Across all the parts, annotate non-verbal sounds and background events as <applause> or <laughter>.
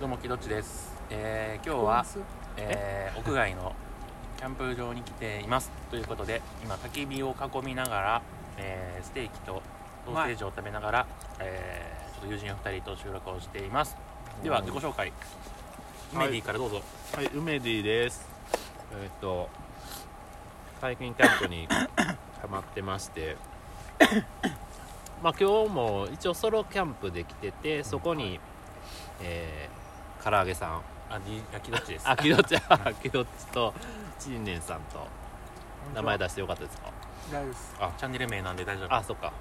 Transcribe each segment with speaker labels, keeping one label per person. Speaker 1: どうもきどっちです、えー、今日は、えー屋外のキャンプ場に来ていますということで今焚き火を囲みながら、えーステーキとソーセージを食べながら、えーちょっと友人2人と収録をしていますでは自己紹介メディからどうぞ
Speaker 2: はい、梅ディです。えっと、最近キャンプにハマってまして、まあ今日も一応ソロキャンプで来てて、そこに、えー、唐揚げさん、
Speaker 1: ありあきどっちです
Speaker 2: あきどっち、 <laughs> あきどっちと、ちんねんさんと、名前
Speaker 3: だ
Speaker 2: 出してよかったですか
Speaker 3: 大丈夫です
Speaker 1: チャンネル名なんで大丈夫
Speaker 2: あ、そっか。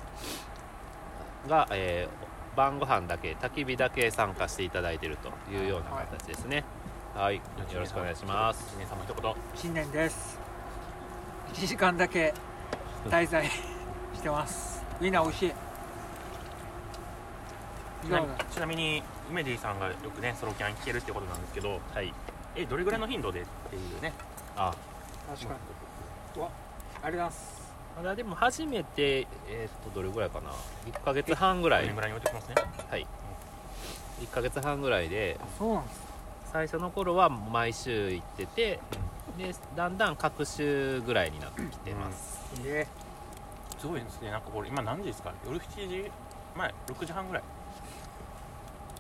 Speaker 2: が、えー晩ご飯だけ、焚き火だけ参加していただいてるというような形ですね。はい、よろしくお願いしま
Speaker 1: 知
Speaker 2: す。
Speaker 1: 念さんも一言
Speaker 3: 新年です1時間だけ滞在してますみんな美味しい以
Speaker 1: ちな
Speaker 3: 上
Speaker 1: み
Speaker 3: だ
Speaker 1: ちなみに梅ディさんがよくねソロキャン聞けるってことなんですけど
Speaker 2: はい。
Speaker 1: えどれぐらいの頻度でっていうね
Speaker 2: あ、
Speaker 3: 確かにうわありがとうございます
Speaker 2: まだでも初めてえーっとどれぐらいかな1ヶ月半ぐら
Speaker 1: ど
Speaker 2: い
Speaker 1: れぐらいに置いてきますね
Speaker 2: 1ヶ月半ぐらいで
Speaker 3: そうなんです
Speaker 2: 最初の頃は毎週行っててでだんだん各週ぐらいになってきてます、
Speaker 3: え
Speaker 1: すごいですねなんかこれ今何時ですか夜7時前6時半ぐらい、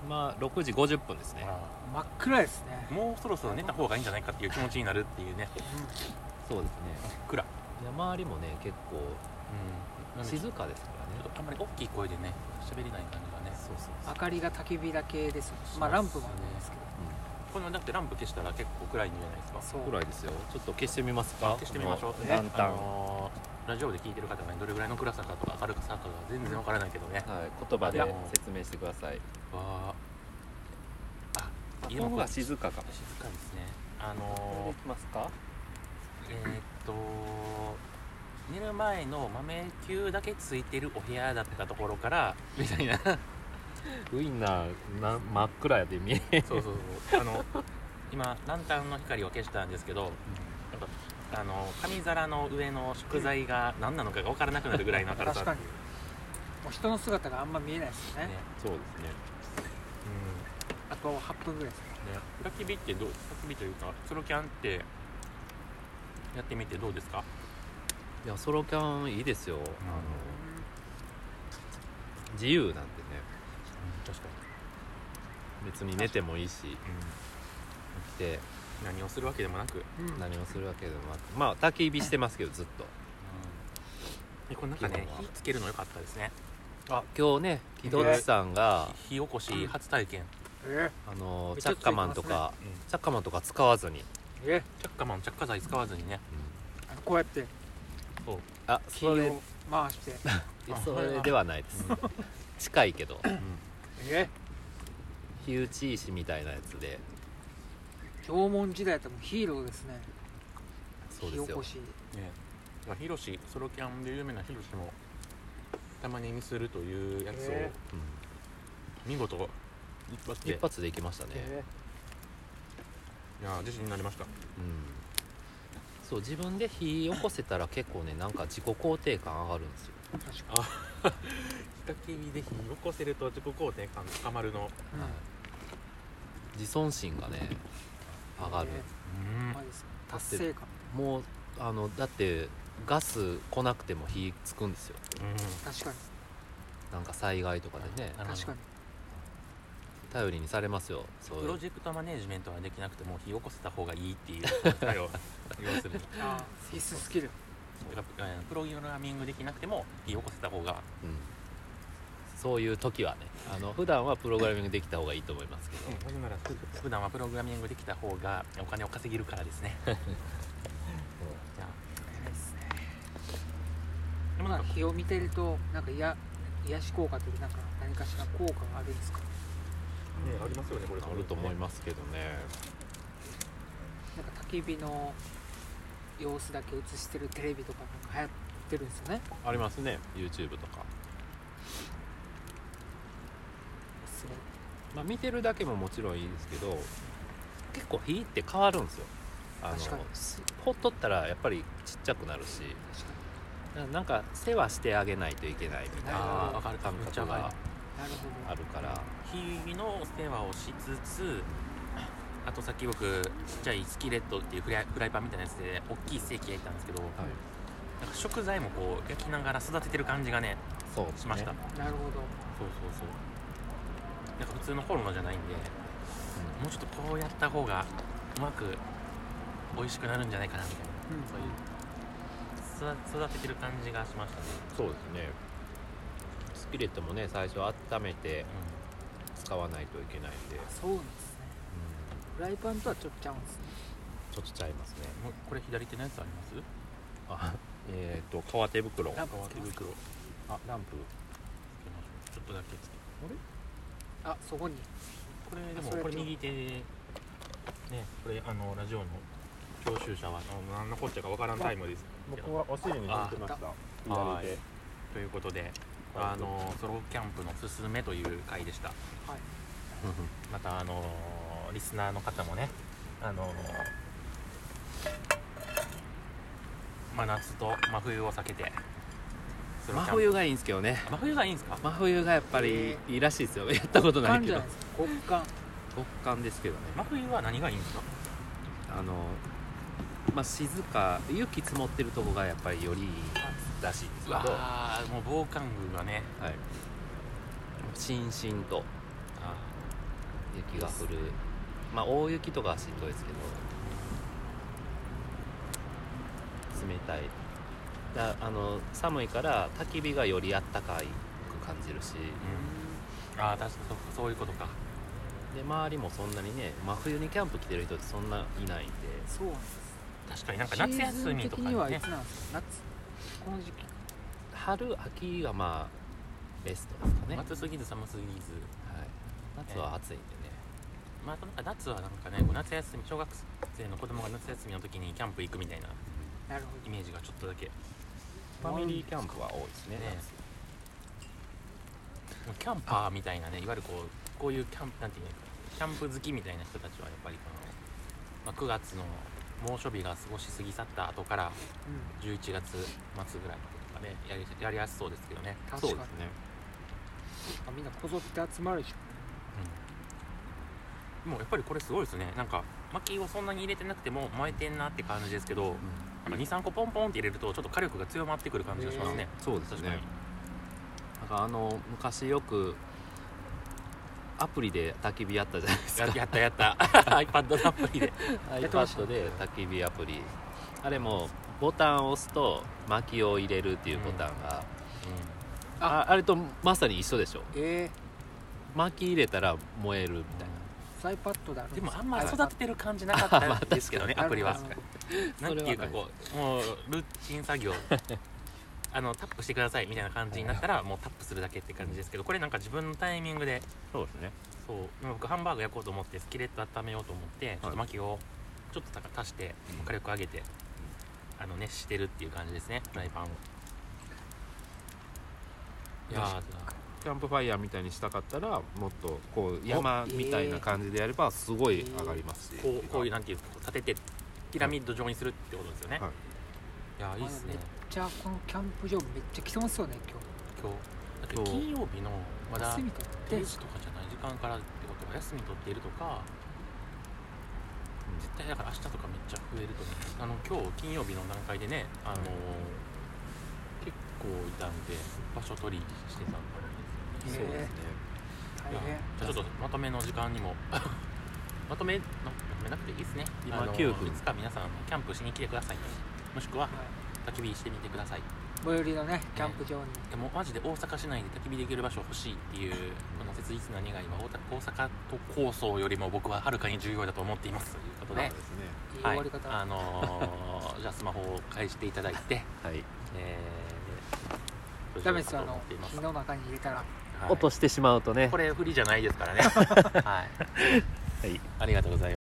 Speaker 2: まあ6時50分ですね
Speaker 1: あ
Speaker 3: 真っ暗ですね
Speaker 1: ーもうそろそろ寝た方がいいんじゃないかっていう気持ちになるっていうね
Speaker 2: そうですね
Speaker 1: 暗、
Speaker 2: 山ありもね結
Speaker 1: う
Speaker 2: 構
Speaker 1: ん、静ちょ
Speaker 2: 静かですから
Speaker 1: っと
Speaker 2: ね
Speaker 1: あんまり大きい声でね喋れない感じがね
Speaker 2: そうそうそう
Speaker 3: 明かりが焚き火だけですまあランプもあるんですけ
Speaker 1: このだってランプ消したら結構暗いんじゃないですか
Speaker 3: ど
Speaker 2: ぐ
Speaker 3: そう
Speaker 2: らいですよちょっと消してみますか
Speaker 1: 消してみましょう
Speaker 2: このランタン、
Speaker 1: あのーラジオで聞いてる方がねどれぐらいの暗さかとか明るさかが全然わからないけどね、
Speaker 2: はい、言葉で説明してください
Speaker 1: わーあ
Speaker 2: こ
Speaker 1: 家の
Speaker 2: の方
Speaker 1: 方
Speaker 2: が
Speaker 1: 静
Speaker 2: 静かか
Speaker 1: かですねあ
Speaker 2: で
Speaker 1: のー
Speaker 2: きますか
Speaker 1: えーっと寝る前の豆球だけついてるお部屋だったところからみたいなそう
Speaker 2: ウインナーな真っ暗やで見えへん
Speaker 1: そうそうあの今ランタンの光を消したんですけどなんかあの紙皿の上の食材が何なのかが分からなくなるぐらいの明るさ
Speaker 3: 確かにもう人の姿があんま見えないですね
Speaker 1: ね
Speaker 2: そうですね
Speaker 3: あと8分ぐらいです
Speaker 1: うんね焚き火ってどう焚き火というかソロキャンってやってみてどうですか
Speaker 2: いやソロキャンいいですよ、あの自由なんでね
Speaker 1: 確かに、
Speaker 2: 別に寝てもいいし起きて
Speaker 1: 何をするわけでもなく、
Speaker 3: うんうん
Speaker 2: 何をするわけでもなくまあ焚き火してますけどずっと
Speaker 1: でこの中ね
Speaker 2: 昨日
Speaker 1: 火
Speaker 2: は
Speaker 1: つけるの良かったですね
Speaker 2: あ今日ね木戸内さんが、
Speaker 1: 火起こし初体験、
Speaker 3: え
Speaker 2: あの
Speaker 3: めっ
Speaker 2: チ
Speaker 3: ちゃ
Speaker 2: ャッカマンとか、チャッカマンとか使わずに、
Speaker 3: え
Speaker 1: 着火マン着火剤使わずにね
Speaker 3: あのこうやって
Speaker 2: あ
Speaker 3: 木
Speaker 2: そ
Speaker 3: を
Speaker 2: れ
Speaker 3: 回して
Speaker 1: あ
Speaker 2: それではないです <laughs> 近いけど
Speaker 3: え
Speaker 2: 火打ち石みたいなやつで
Speaker 3: 縄文時代ともうヒーローですね
Speaker 2: そうです
Speaker 3: 火起
Speaker 2: よ
Speaker 3: こし
Speaker 1: ねまあヒロシソロキャンで有名なヒロシもたまにミスるというやつを
Speaker 3: え
Speaker 2: うん
Speaker 1: 見事一発で
Speaker 2: 一発でいきましたね、
Speaker 3: え
Speaker 1: いや自信になりました
Speaker 2: うんそう自分で火起こせたら結構ねなんか自己肯定感上がるんですよ、
Speaker 3: ー確か
Speaker 1: 焚き火で火起こせると自己肯定感高まるの
Speaker 3: に、
Speaker 2: はい自尊心がね上がる、
Speaker 3: うんマジですか達成感
Speaker 2: もうあのだってガス来なくても火つくんですよ
Speaker 3: 確かに
Speaker 2: なんか災害とかでね
Speaker 1: なるほど
Speaker 3: 確かに
Speaker 2: 頼りにされますよそう
Speaker 1: プロジェクトマネージメントはできなくても火起こせた方がいいっていう考 <laughs> えを要 <laughs> するに
Speaker 3: ああ必須スキル
Speaker 1: だからえープログラミングできなくても火起こせた方が
Speaker 2: うんそういう時はねあの普段はプログラミングできた方がいいと思いますけど、
Speaker 1: 普段はプログラミングできた方がお金を稼げるから <laughs> ですねじゃあでも
Speaker 3: ま
Speaker 1: なん
Speaker 3: あ
Speaker 1: か
Speaker 3: 日を見てるとなんか癒癒し効果というかなんか何かしら効果があるんですか
Speaker 1: ね、ありますよねこれ
Speaker 2: あると思いますけどね
Speaker 3: なんか焚き火の様子だけ映してるテレビとかなんか流行ってるんですよね
Speaker 2: ありますね YouTube とか
Speaker 3: す
Speaker 2: まあ、見てるだけももちろんいいですけど結構火って変わるんですよあの
Speaker 3: 確かに
Speaker 2: すほっとったらやっぱりちっちゃくなるし
Speaker 3: ごい確か
Speaker 2: ななんか世話してあげないといけないみたい
Speaker 3: あー
Speaker 2: な
Speaker 1: わかる
Speaker 2: 感
Speaker 1: めっちゃ
Speaker 2: 覚
Speaker 1: わか
Speaker 2: が
Speaker 1: る
Speaker 3: なる
Speaker 2: あるから
Speaker 1: 火のお世話をしつつあとさっき僕ちっちゃいスキレットっていうフライフライパンみたいなやつで大きいステーキ焼いたんですけど、
Speaker 2: はい
Speaker 1: なんか食材もこう焼きながら育ててる感じがね
Speaker 2: そうですね
Speaker 1: しました、
Speaker 3: ほどなるほど
Speaker 1: そうそうそうなんか普通のホルモンじゃないんでもうちょっとこうやった方がうまく美味しくなるんじゃないかなみたいな
Speaker 3: うん
Speaker 1: そういう育育ててる感じがしましたね、
Speaker 2: そうですねスピレットもね最初温めて
Speaker 1: う
Speaker 2: 使わないといけないんで、うん
Speaker 3: そうなんですねフライパンとはちょっとちゃうんですね
Speaker 2: ちょっとちゃいますね
Speaker 1: ん、もうこれ左手のやつあります
Speaker 2: あ <laughs> えっ、と革手袋
Speaker 3: ランプつけ
Speaker 1: 手
Speaker 3: ます
Speaker 1: 袋
Speaker 2: あランプ
Speaker 1: ちょっとだけつけて
Speaker 3: あそこに
Speaker 1: これで
Speaker 3: そ
Speaker 1: も
Speaker 3: れ
Speaker 1: これ
Speaker 3: と
Speaker 1: 右手でねこれあのラジオの教習者はあの何のこっちゃかわからんタイムですけど
Speaker 4: 僕はお尻についてました
Speaker 1: は
Speaker 4: 左
Speaker 1: い
Speaker 4: 手
Speaker 1: ということで
Speaker 2: はい
Speaker 1: あのソロキャンプのすすめという回でした
Speaker 3: はい
Speaker 1: またあのリスナーの方もねあの真夏と真冬を避けてソロ
Speaker 2: 真
Speaker 1: キャンプ
Speaker 2: 冬がいいんですけどね
Speaker 1: 真冬がいいんですか
Speaker 2: 真冬がやっぱりいいらしいですよやったことない
Speaker 3: ん
Speaker 2: け
Speaker 3: じゃ
Speaker 2: ど
Speaker 3: ないですか極寒
Speaker 2: 極寒ですけどね
Speaker 1: 真冬は何がいいんですか
Speaker 2: あのまあ静か雪積もってるとこがやっぱりよりいいらしいんですけど、は
Speaker 1: あもう防寒具がね
Speaker 2: い、しんしんと
Speaker 1: あ
Speaker 2: 雪が降るまあ大雪とかはしんどいですけど冷たいだあの寒いから焚き火がよりあったかいく感じるし
Speaker 1: うんああ確かにそそういうことか
Speaker 2: で周りもそんなにね真冬にキャンプ来てる人ってそんないないんで
Speaker 3: そうなんです
Speaker 1: 確かになんか夏休みとか
Speaker 3: シーズン的にはい
Speaker 1: ね
Speaker 3: つなんですか夏この時期
Speaker 2: 春秋がまあベストですかね、はい、
Speaker 1: 暑すぎず寒すぎず
Speaker 2: 夏は暑いんでね、
Speaker 1: まあなんか夏はなんかねこう夏休み小学生の子供が夏休みの時にキャンプ行くみたいな
Speaker 3: なる
Speaker 1: イメージがちょっとだけ
Speaker 2: ファミリーキャンプは多いですね
Speaker 1: ねもうキャンパーみたいなねいわゆるこうこういうキャンプなんていうのキャンプ好きみたいな人たちはやっぱりこの、まあ、9月の猛暑日が過ごし過ぎ去った後から
Speaker 3: ほ
Speaker 1: 11月末ぐらいとかねやりやりやすそうですけどね
Speaker 3: ど、う
Speaker 2: そ
Speaker 3: ん、
Speaker 2: う
Speaker 3: 確か
Speaker 2: ですね
Speaker 3: にみんなこぞって集まるでしょ
Speaker 1: でもやっぱりこれすごいですねなんか薪をそんなに入れてなくても燃えてんなって感じですけど23個ポンポンって入れるとちょっと火力が強まってくる感じがしますね、
Speaker 2: そうです
Speaker 1: 確かに
Speaker 2: ねなんかあの昔よくアプリで焚き火やったじゃないですか
Speaker 1: ややったやった
Speaker 2: <laughs>
Speaker 1: iPad のアプリで
Speaker 2: iPad で焚き火アプリあれもボタンを押すと薪を入れるっていうボタンが、ああれとまさに一緒でしょ
Speaker 3: え
Speaker 2: 薪入れたら燃えるみたい
Speaker 3: ー、サイパッドだ
Speaker 1: でもあんまり育ててる感じなかったですけ
Speaker 2: <laughs>
Speaker 1: どねアプリはなんていうかこうもうルーチン
Speaker 2: <laughs>
Speaker 1: 作業あのタップしてくださいみたいな感じになったらもうタップするだけって感じですけどこれなんか自分のタイミングで
Speaker 2: そうですね
Speaker 1: そう今僕ハンバーグ焼こうと思ってスキレット温めようと思ってちょっと薪をちょっと高足して
Speaker 2: うん
Speaker 1: 火力上げてあの熱してるっていう感じですねフライパンをいやー
Speaker 4: キャンプファイヤーみたいにしたかったらもっとこう山みたいな感じでやればすごい上がりますし
Speaker 1: こうこういうなんていうんですかこう立ててピラミッド状にするってことですよね、
Speaker 4: はい
Speaker 1: い、やーいいっすね
Speaker 3: じゃあこのキャンプ場めっちゃ来てますよね今
Speaker 1: 今日だって金曜日のま
Speaker 3: 日
Speaker 1: だ
Speaker 3: 休みとか
Speaker 1: 定時とかじゃない時間からってことは休み取っているとか絶対だから明日とかめっちゃ増えると思うあの今日金曜日の段階でねあのー結構いたんで場所取りしてたんですよね
Speaker 3: へえ大
Speaker 1: いやじゃ
Speaker 3: 変
Speaker 1: あちょっとまとめの時間にも <laughs> まとめなまとめなくていいですね
Speaker 2: 今
Speaker 1: あのー
Speaker 2: 9分
Speaker 1: いつか皆さんキャンプしに来てくださいもしくは
Speaker 3: はい
Speaker 1: 焚き火してみてください
Speaker 3: 最寄りのねキャンプ場に、
Speaker 1: でもマジで大阪市内で焚き火できる場所欲しいっていうこの切実な願いは大阪と構想よりも僕ははるかに重要だと思っていますということで、は
Speaker 4: そうで
Speaker 1: い
Speaker 4: すね
Speaker 3: いい終わり方、
Speaker 1: あのーじゃあスマホを返していただいて、
Speaker 2: はい
Speaker 1: えー、
Speaker 3: ダメですよあ
Speaker 1: どうしようかと思
Speaker 3: の
Speaker 1: っています
Speaker 3: 火の中に入れたら
Speaker 1: はい
Speaker 2: 落としてしまうと
Speaker 3: <laughs>
Speaker 2: ね
Speaker 1: これフリじゃないですからねはい
Speaker 2: はい
Speaker 1: ありがとうございます